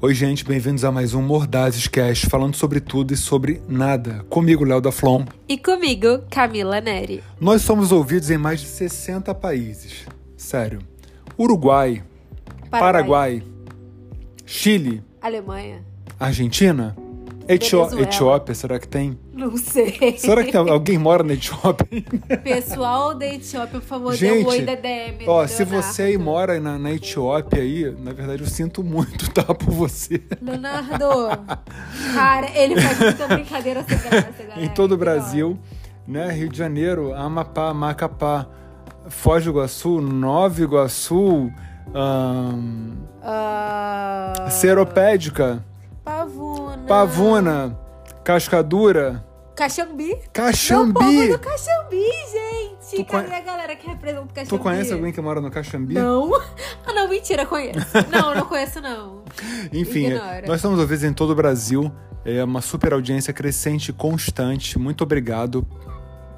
Oi, gente, bem-vindos a mais um Mordazes Cast, falando sobre tudo e sobre nada. Comigo, Léo da Flon. E comigo, Camila Neri. Nós somos ouvidos em mais de 60 países. Sério. Uruguai, Paraguai, Chile, Alemanha. Argentina, Etio- Venezuela. Etiópia, será que tem? Não sei. Será que tem- alguém mora na Etiópia? Pessoal da Etiópia, por favor, dê um Gente, oi da DM. Ó, do se Leonardo. você aí mora na, na Etiópia aí, na verdade eu sinto muito, tá? Por você. Leonardo! Cara, ele faz muita brincadeira sem graça, galera. em todo o Que Brasil, né? Rio de Janeiro, Amapá, Macapá, Foz do Iguaçu, Nova Iguaçu, ahn, da hora. Ah, Seropédica, Pavuna. Pavuna, Cascadura, Caxambi. Meu povo Caxambi. do Caxambi, Tu gente. Cadê conhe- a galera que representa o Caxambi? Tu conhece alguém que mora no Caxambi? Não. Ah, não, mentira, conheço. Não, não conheço, não. Enfim, é, Ignora. nós estamos ouvidos em todo o Brasil. É uma super audiência crescente, constante. Muito obrigado.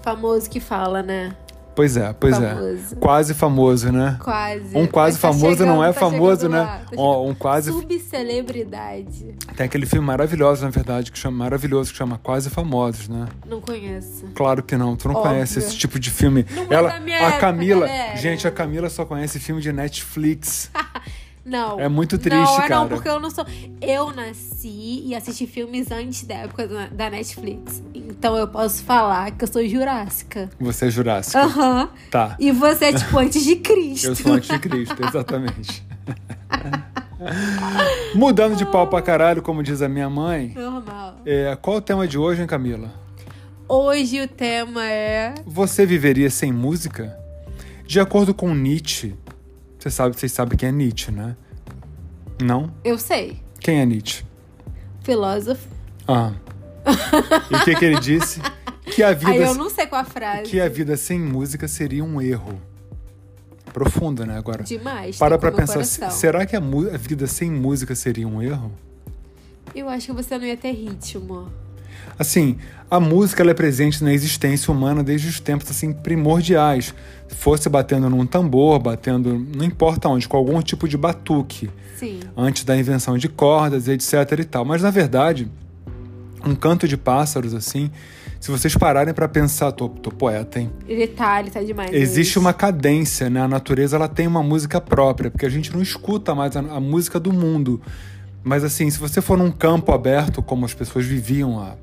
Famoso que fala, né? Pois é, pois Famoso. é. Quase famoso, né? Quase. Um quase Mas tá famoso chegando, não é tá famoso, chegando né? lá, tá Ó, um quase chegando. Subcelebridade. Tem aquele filme maravilhoso, na verdade, que chama maravilhoso, que chama Quase Famosos, né? Não conheço. Claro que não, tu não Óbvio. conhece esse tipo de filme. Não é Ela, da minha a Camila, época, galera. gente, a Camila só conhece filme de Netflix. Não. É muito não, triste, é Não, cara. porque eu não sou. Eu nasci e assisti filmes antes da época da da Netflix. Então eu posso falar que eu sou jurássica. Você é Jurássico. Aham. Tá. E você é tipo antes de Cristo. Eu sou anticristo, exatamente. Mudando de pau pra caralho, como diz a minha mãe. Normal. é, qual o tema de hoje, hein, Camila? Hoje o tema é. Você viveria sem música? De acordo com Nietzsche, você sabe, vocês sabem quem é Nietzsche, né? Não? Eu sei. Quem é Nietzsche? Filósofo. Ah. E o que, que ele disse? Que a vida, Aí eu não sei qual a frase. que é? a vida sem música seria um erro. Profundo, né? Agora. Demais. Para pra tocou meu pensar, se- coração. será que a, mu- a vida sem música seria um erro? Eu acho que você não ia ter ritmo. Assim, a música ela é presente na existência humana desde os tempos assim primordiais. Fosse batendo num tambor, batendo, não importa onde, com algum tipo de batuque. Sim. antes da invenção de cordas, etc e tal. Mas na verdade, um canto de pássaros assim, se vocês pararem pra pensar, tô, tô poeta, hein? Ele tá, ele tá demais. Existe hoje. uma cadência, né? A natureza ela tem uma música própria, porque a gente não escuta mais a, a música do mundo. Mas assim, se você for num campo aberto, como as pessoas viviam há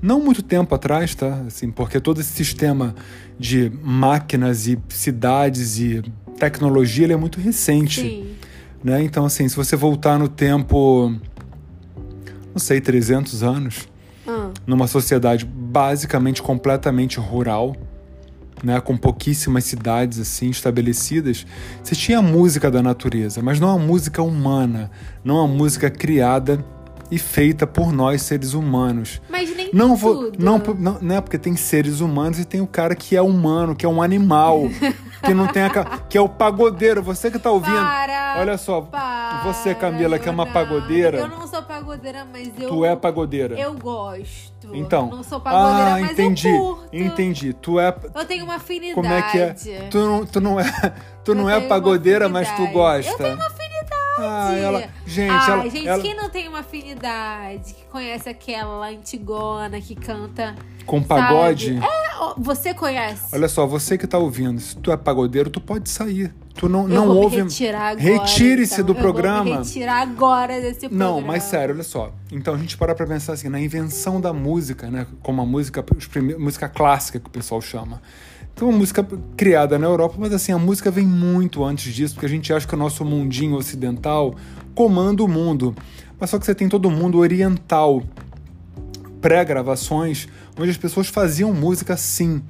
não muito tempo atrás, tá? Assim, porque todo esse sistema de máquinas e cidades e tecnologia ele é muito recente Sim. né? Então, assim, se você voltar no tempo, não sei, 300 anos, Ah, numa sociedade basicamente completamente rural, né, com pouquíssimas cidades assim estabelecidas, você tinha a música da natureza, mas não a música humana, não a música criada e feita por nós seres humanos. Mas nem Não tem vou, tudo. não, não, né? Porque tem seres humanos e tem o cara que é humano, que é um animal, que não tem a, ca- que é o pagodeiro. Você que tá ouvindo, Para, olha só, para, você, Camila, que é uma Leonardo. pagodeira. Eu não sou pagodeira, mas eu. Tu é pagodeira. Eu gosto. Então. Não sou pagodeira, ah, mas entendi. eu curto. Entendi. Tu é. Eu tenho uma afinidade. Como é que é? Tu não, tu não é, tu Eu não é tenho uma pagodeira, mas tu afinidade. gosta. Eu tenho uma afinidade. Ah, ela. Gente, Ai, ela. gente, ela- quem não tem uma afinidade? Que conhece aquela antigona que canta. Com pagode. sabe? É, ó, você conhece? Olha só, você que tá ouvindo, se tu é pagodeiro, tu pode sair. Tu não, eu não vou ouve. me retirar agora. Retire-se então. do Eu vou programa. me retirar agora desse programa. Não, mas sério, olha só. Então a gente para pra pensar assim, na invenção da música, né? Como a música, os prime- música clássica que o pessoal chama. Então, uma música criada na Europa, mas assim, a música vem muito antes disso, porque a gente acha que o nosso mundinho ocidental comanda o mundo. Mas só que você tem todo o mundo oriental, pré-gravações, onde as pessoas faziam música sim,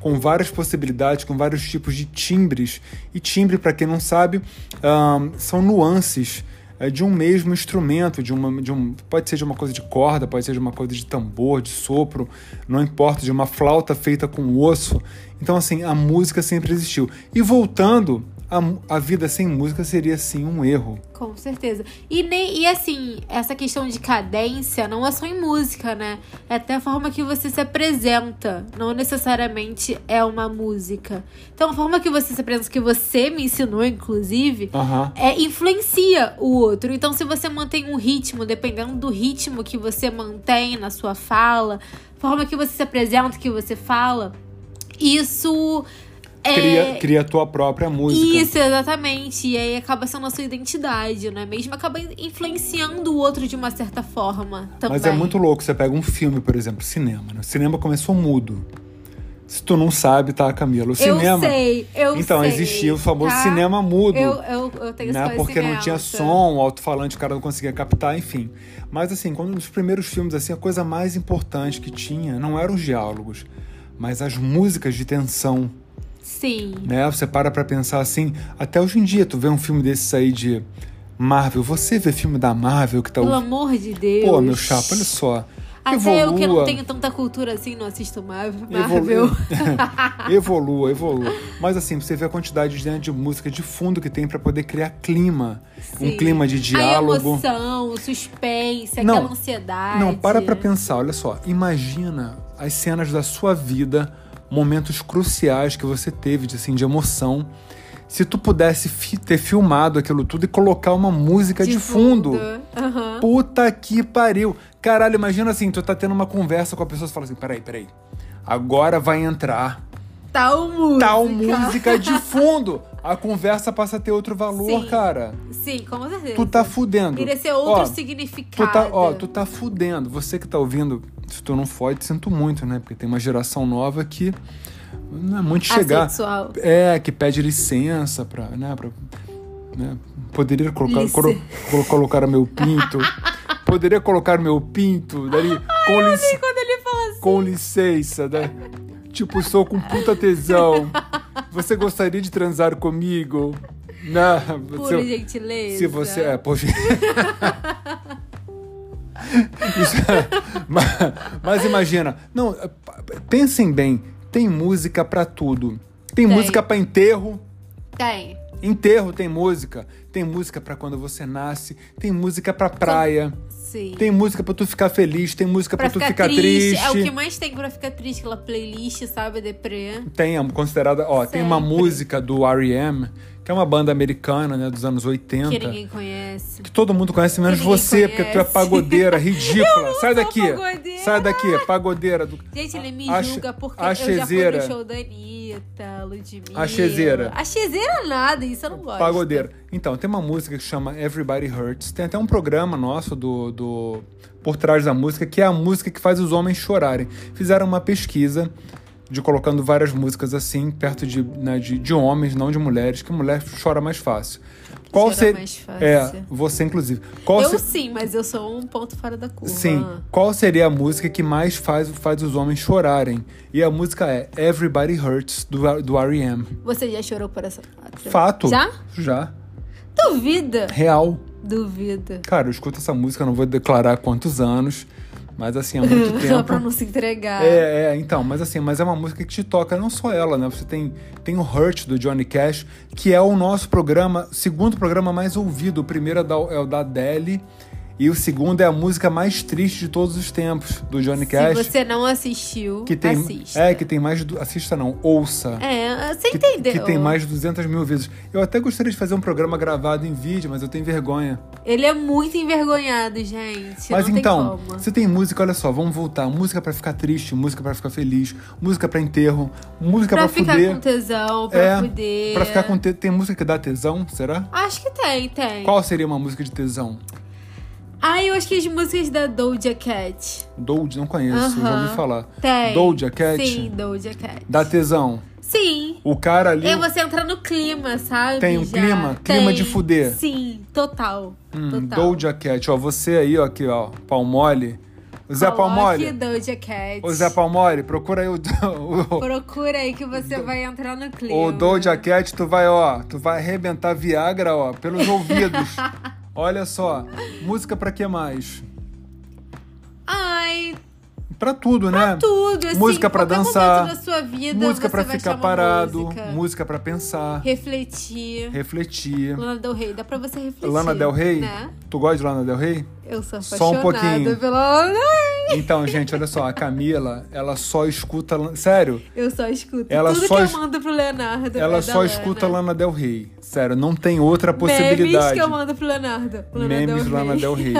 com várias possibilidades, com vários tipos de timbres. E timbre, para quem não sabe, ahn, são nuances eh, de um mesmo instrumento, de uma, de um, pode ser de uma coisa de corda, pode ser de uma coisa de tambor, de sopro, não importa, de uma flauta feita com osso. Então, assim, a música sempre existiu. E voltando a, a vida sem música seria sim um erro. Com certeza. E, nem, e assim, essa questão de cadência não é só em música, né? É até a forma que você se apresenta. Não necessariamente é uma música. Então, a forma que você se apresenta, que você me ensinou, inclusive, Aham. é, influencia o outro. Então, se você mantém um ritmo, dependendo do ritmo que você mantém na sua fala, forma que você se apresenta, que você fala, isso. é- Cria, cria a tua própria música. Isso, exatamente. E aí acaba sendo a sua identidade, não é mesmo? Acaba influenciando o outro de uma certa forma também. Mas é muito louco. Você pega um filme, por exemplo, cinema. Né? O cinema começou mudo. Se tu não sabe, tá, Camila? O Eu cinema. sei, eu então, sei. existia o famoso tá? cinema mudo. Eu, eu, eu tenho né? esse Porque não conhecimento. tinha som, o alto-falante o cara não conseguia captar, enfim. Mas assim, quando nos primeiros filmes, assim, a coisa mais importante que tinha não eram os diálogos, mas as músicas de tensão, Sim. né? Você para pra pensar assim, até hoje em dia tu vê um filme desses aí de Marvel, você vê filme da Marvel que tá... Pelo o- amor de Deus. Pô, meu chapa, olha só. Até eu que não evolua. tenho tanta cultura assim, não assisto Marvel. Marvel. Evolu- evolua, evolua. Mas assim, você vê a quantidade de, de música de fundo que tem pra poder criar clima. Sim. Um clima de A diálogo. emoção, o suspense, Não. aquela ansiedade. Não, para pra pensar, olha só. Imagina as cenas da sua vida, momentos cruciais que você teve de, assim, de emoção. Se tu pudesse fi- ter filmado aquilo tudo e colocar uma música de, fundo. Aham. Puta que pariu. Caralho, imagina assim, tu tá tendo uma conversa com a pessoa, você fala assim, peraí, peraí. Agora vai entrar Tal música. tal música de fundo. A conversa passa a ter outro valor, Sim. cara. Sim, com certeza. Tu tá fudendo. Iria ser outro Ó, significado. Tu tá, ó, tu tá fudendo. Você que tá ouvindo, se tu não foi, te sinto muito, né? Porque tem uma geração nova que não é muito chegar. Assexual. É, que pede licença pra, né, pra né, poderia colocar, Lice. colo- colo- colocar o meu pinto. poderia colocar o meu pinto dali com, lic- Quando ele fala assim, com licença, né? Tipo, sou com puta tesão. Você gostaria de transar comigo? Não, por seu- gentileza. se você. É, poxa. Isso é- mas, mas imagina. Não, p- p- pensem bem. Tem música pra tudo. Tem, Tem. música pra enterro. Tem. Enterro tem música. Tem música pra quando você nasce. Tem música pra praia. Sim. Tem música pra tu ficar feliz. Tem música pra, pra tu ficar ficar, triste. triste. É o que mais tem pra ficar triste, aquela playlist, sabe? Deprê. Tem, é considerada. Ó, tem uma Sempre. música do R.E.M., que é uma banda americana, né, dos anos 80. Que ninguém conhece. que todo mundo conhece, menos ninguém você, porque tu é conhece. pagodeira, ridícula. Sai sou daqui. pagodeira. Sai daqui, pagodeira. Do... Gente, ele me A- julga porque a eu já fui no Chezeira. show da Anitta, Ludmilla. A Chezeira. A Chezeira nada, isso eu não gosto. Pagodeira. Então, tem uma música que chama Everybody Hurts. Tem até um programa nosso do, do Por Trás da Música, que é a música que faz os homens chorarem. Fizeram uma pesquisa de colocando várias músicas assim, perto de, né, de, de homens, não de mulheres, que mulher chora mais fácil. Qual Chora ser- mais fácil. É, você inclusive. Qual Eu se- sim, mas eu sou um ponto fora da curva. Sim. Qual seria a música que mais faz, faz os homens chorarem? E a música é Everybody Hurts, do, do R.E.M. Você já chorou por essa pátria? Fato. Já? Já. Duvida. Real. Duvida. Cara, eu escuto essa música, não vou declarar quantos anos, mas assim, há muito Só pra tempo. não se entregar. É, é, então, mas assim, mas é uma música que te toca, não só ela, né? Você tem, tem o Hurt do Johnny Cash, que é o nosso programa, segundo programa mais ouvido. O primeiro é, da, é o da Adele, e o segundo é a música mais triste de todos os tempos, do Johnny Cash. Se você não assistiu, que tem assista. é que tem mais de du- assista não ouça É, você que, entendeu. que tem mais de 200 mil vezes eu até gostaria de fazer um programa gravado em vídeo mas eu tenho vergonha Ele é muito envergonhado, gente. mas não então tem como. se tem música olha só vamos voltar música pra ficar triste música pra ficar feliz música pra enterro música Pra pra, ficar fuder com tesão, pra É, poder. pra ficar com te... tem música que dá tesão será Acho que tem, tem. qual seria uma música de tesão Ah, eu acho que as músicas da Doja Cat. Doja não conheço já Aham. ouvi falar Tem. Doja Cat Sim, Doja Cat. dá tesão Sim. o cara ali É você entrar no clima, sabe? Hum. Tem um Já. clima? Clima de fuder. Sim, total. Hum, total. Doja Cat, ó, você aí, ó, aqui, ó, Palmole. O Zé Coloque Palmole, Doja Cat. o Zé Palmole, procura aí o, o, Procura né? aí que você vai entrar no clima. o Doja Cat, tu vai, ó, tu vai arrebentar Viagra, ó, pelos ouvidos. Olha só, música pra que mais? Ai, Pra tudo, né? Tudo, assim, Música pra qualquer dançar, momento da sua vida, música você pra vai ficar achar uma parado, música. música pra pensar, Refletir. refletir. Lana Del Rey, dá pra você refletir. Lana Del Rey? Né? Tu gosta de Lana Del Rey? Eu sou Só um apaixonada pouquinho. pela Lana Del Rey. Então, gente, olha só, a Camila, ela só escuta. Lan- Sério, Eu só escuto Ela tudo só que eu es- mando pro Leonardo. é ela da só Lana. escuta Lana Del Rey. Sério, não tem outra Memes possibilidade. que eu mando pro Leonardo. Lana Memes Del Lana Rey. Del Rey.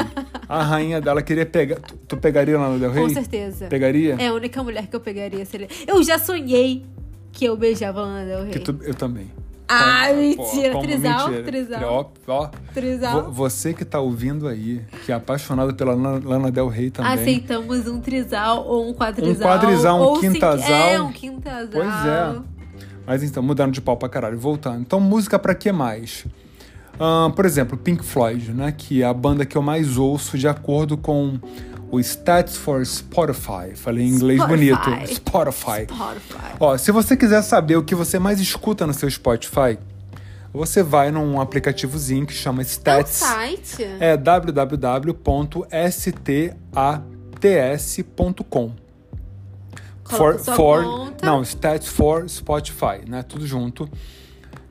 A rainha dela queria pegar. Tu, tu pegaria Lana Del Rey? Com certeza. Pegaria? É a única mulher que eu pegaria seria. Eu já sonhei que eu beijava a Lana Del Rey. Que tu- eu também. Ah, Como- mentira. como trisal, mentira. trisal, Ó, ó. trisal. Vo- Você que tá ouvindo aí, que é apaixonado pela Lana Lana Del Rey Ah, também. Aceitamos um trisal ou um quadrisal. Um quadrisal, um ou cinqui- quintasal. É, um quintasal. Pois é. Mas então, mudando de pau pra caralho, voltando. Então, música pra que mais? Ahn, por exemplo, Pink Floyd, né? Que é a banda que eu mais ouço de acordo com o Stats for Spotify. Falei em inglês Spotify. bonito. Spotify. Spotify. Ó, se você quiser saber o que você mais escuta no seu Spotify, você vai num aplicativozinho que chama É um Stats. site? É www.stats.com. Coloca sua conta. não, Stats for Spotify, né? Tudo junto.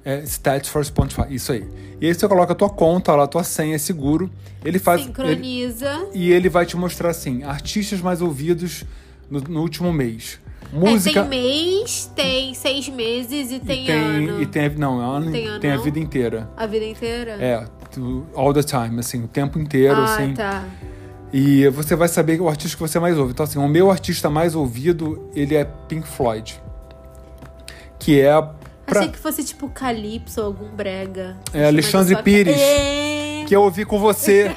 É, stats for Spotify, isso aí. E aí você coloca a tua conta lá, a tua senha, é seguro. Ele faz. ele- Sincroniza. e ele vai te mostrar assim: artistas mais ouvidos no, no último mês. É, Música. tem mês, tem seis meses e tem, e tem, ano. e tem a- não, é ano, Tem ano, tem a não? vida inteira. A vida inteira? É, tu- all the time, assim, o tempo inteiro, ah, assim. tá. E você vai saber o artista que você mais ouve. Então, assim, o meu artista mais ouvido, ele é Pink Floyd. Que é. pra- Achei que fosse tipo Calypso ou algum brega. É, Alexandre Mas só- Pires. É. que eu ouvi com você.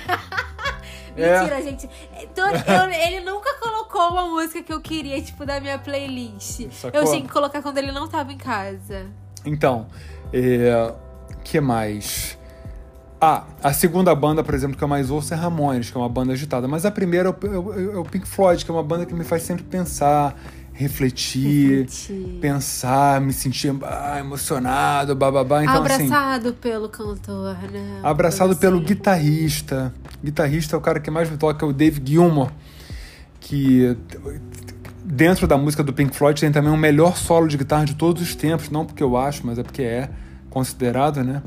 É. Mentira, gente. Então, eu- ele nunca colocou uma música que eu queria, tipo, da minha playlist. Sacou? Eu tinha que colocar quando ele não tava em casa. Então, é, que mais? Ah, a segunda banda, por exemplo, que eu mais ouço é Ramones, que é uma banda agitada. Mas a primeira é o, é o- é o Pink Floyd, que é uma banda que me faz sempre pensar, refletir, Refletir. pensar, me sentir ah, emocionado, bababá. Então, assim, Abraçado pelo cantor, né? Ah, Abraçado pelo Assim. guitarrista. Guitarrista é o cara que mais me toca, é o Dave Gilmour. Que dentro da música do Pink Floyd tem também o melhor solo de guitarra de todos os tempos. Não porque eu acho, mas é porque é considerado, né?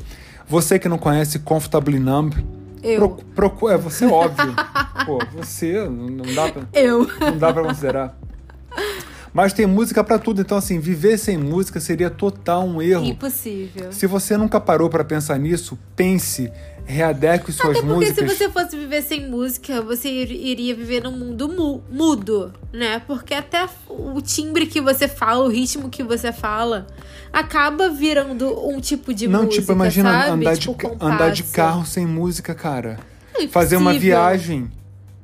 Você que não conhece Comfortably Numb, Eu. procu- procu- é você óbvio. Pô, você não não dá pra, Eu. não dá pra considerar. Mas tem música pra tudo, então assim, viver sem música seria total um erro. Impossível. Se você nunca parou pra pensar nisso, pense, readeque suas Até porque se músicas. você fosse viver sem música, você ir- iria viver num mundo mu- mudo, né? Porque até o timbre que você fala, o ritmo que você fala, acaba virando um tipo de Não, música, tipo, imagina sabe? andar, Tipo, de, ca- andar de compasso. carro sem música, cara. É Fazer uma impossível. viagem.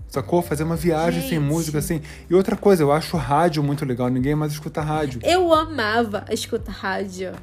Sacou? Fazer uma viagem sem Gente. música, assim. E outra coisa, eu acho rádio muito legal. Ninguém mais escuta rádio. Eu amava escutar rádio.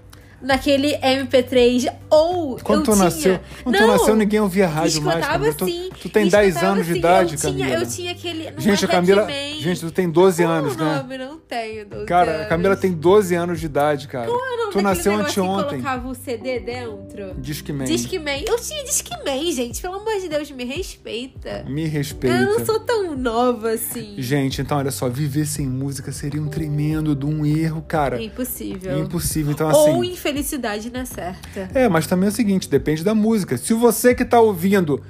Naquele MP3 ou Quando eu tu tinha... nasceu, quando tu Não, nasceu, ninguém ouvia rádio mais. escutava Camila. Tu, sim. tu tem 10 anos de idade, eu Camila. tinha, eu tinha aquele... Não gente, é a Camila. Walkman. Gente, tu tem 12 Qual anos, o né? nome? Não tenho 12 Cara, a Camila anos. Ah, tem 12 anos de idade, cara. tu Daquele nasceu negócio assim, Que anteontem. colocava o CD dentro. Discman. Discman. Eu tinha Discman, gente. Pelo amor de Deus, me respeita. Me respeita. Eu não sou tão nova assim. Gente, então olha só, viver sem música seria um tremendo de um erro, cara. É impossível. Impossível. Então, Ou assim. infelicidade na certa. É, mas também é o seguinte, depende da música. Se você que tá ouvindo,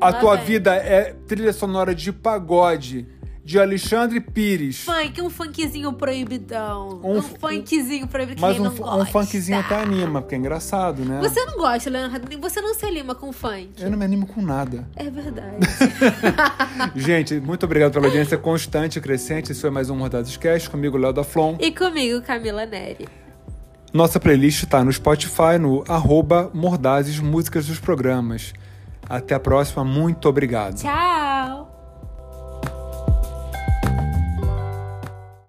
a Lá tua vem. vida é trilha sonora de pagode, de Alexandre Pires, Funk, um funkzinho proibidão. Um Um, fu- funkzinho proibido mas quem um, não fu- gosta. um funkzinho até anima, porque é engraçado, né? Você não gosta, Leonardo. Você não se anima com funk. Eu não me animo com nada. É verdade. Ah. Gente, muito obrigado pela audiência constante e crescente. Esse foi mais um Rodados Cast, comigo, Léo da Flon. e comigo, Camila Neri. Nossa playlist tá no Spotify, no arroba Mordazes Músicas dos Programas. Até a próxima, muito obrigado. Tchau!